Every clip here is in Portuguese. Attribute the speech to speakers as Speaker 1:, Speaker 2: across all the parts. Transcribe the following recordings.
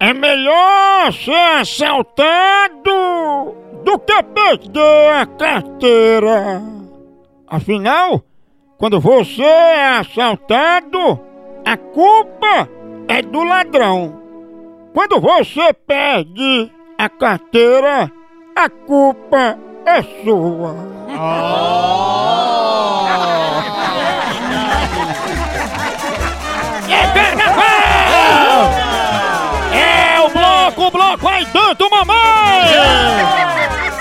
Speaker 1: É melhor ser assaltado do que perder a carteira. Afinal, quando você é assaltado, a culpa é do ladrão. Quando você perde a carteira, a culpa é sua. É carnaval! É o bloco, o bloco aí dentro, mamãe!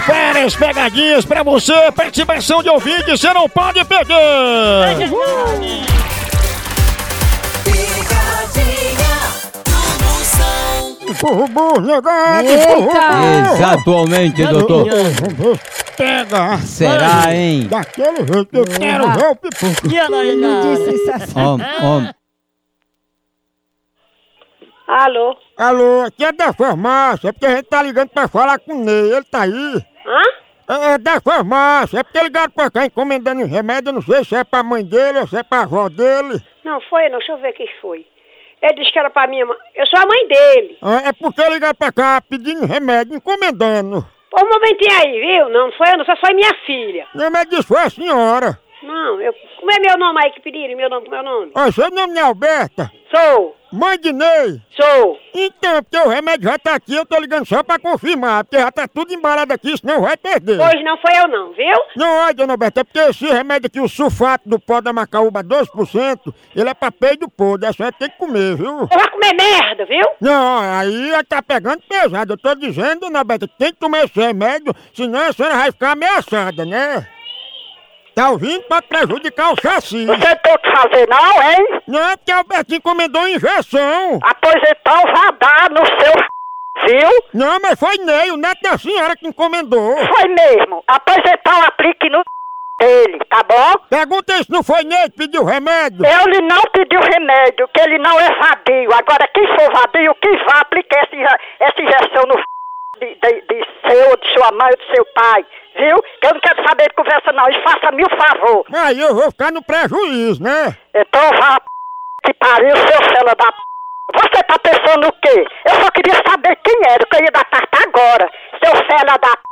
Speaker 1: Várias pegadinhas pra você, participação de ouvinte, você não pode perder!
Speaker 2: Picadinha do Moção.
Speaker 1: Burro, burro, negado, burro, burro.
Speaker 3: Exatamente, doutor.
Speaker 1: Pega!
Speaker 3: Será, hein?
Speaker 1: Daquele jeito eu quero ver o pipoco!
Speaker 3: Om, om.
Speaker 4: Alô?
Speaker 1: Alô, aqui é da farmácia, é porque a gente tá ligando pra falar com o Ney, ele tá aí.
Speaker 4: Hã?
Speaker 1: É, é da farmácia, é porque ligaram pra cá encomendando um remédio, eu não sei se é pra mãe dele ou se é pra avó dele.
Speaker 4: Não, foi não, deixa eu ver quem foi. Ele disse que era pra minha mãe. Eu sou a mãe dele.
Speaker 1: É, é porque ligaram pra cá pedindo remédio, encomendando.
Speaker 4: Pô, um momentinho aí, viu? Não, não foi eu, não, só foi minha filha.
Speaker 1: Não, mas disso foi a senhora.
Speaker 4: Não, eu. Como é meu nome aí que pediram? Meu nome, como é o nome?
Speaker 1: Ó, seu nome não é Alberta,
Speaker 4: Sou,
Speaker 1: mãe de Ney.
Speaker 4: sou.
Speaker 1: Então, porque o remédio já tá aqui, eu tô ligando só pra confirmar, porque já tá tudo embalado aqui, senão vai perder.
Speaker 4: Pois não foi eu, não, viu?
Speaker 1: Não, olha, dona Alberta, é porque esse remédio aqui, o sulfato do pó da macaúba 12%, ele é pra peido podre, a senhora tem que comer, viu?
Speaker 4: Eu vou comer merda, viu?
Speaker 1: Não, aí tá pegando pesado. Eu tô dizendo, dona Alberta, que tem que tomar esse remédio, senão a senhora vai ficar ameaçada, né? Tá ouvindo? Pode prejudicar o chassi.
Speaker 5: Você tem que fazer não, hein?
Speaker 1: Não, é porque a Alberta encomendou injeção.
Speaker 5: Aposentar o radar no seu viu?
Speaker 1: Não, mas foi Ney, o neto da senhora que encomendou.
Speaker 5: Foi mesmo. Aposentar o aplique no dele, tá bom?
Speaker 1: Pergunta aí se não foi Ney que pediu remédio.
Speaker 5: Ele não pediu remédio, que ele não é vadio. Agora, quem for vadio, que vá aplicar esse, inje- essa injeção no de, de, de seu, de sua mãe ou de seu pai, viu? Que eu não quero saber de conversa não, e faça-me o favor.
Speaker 1: Aí eu vou ficar no prejuízo, né?
Speaker 5: Então vá p... que pariu, seu fela da p... Você tá pensando o quê? Eu só queria saber quem era, que eu ia dar carta agora. Seu fela da p...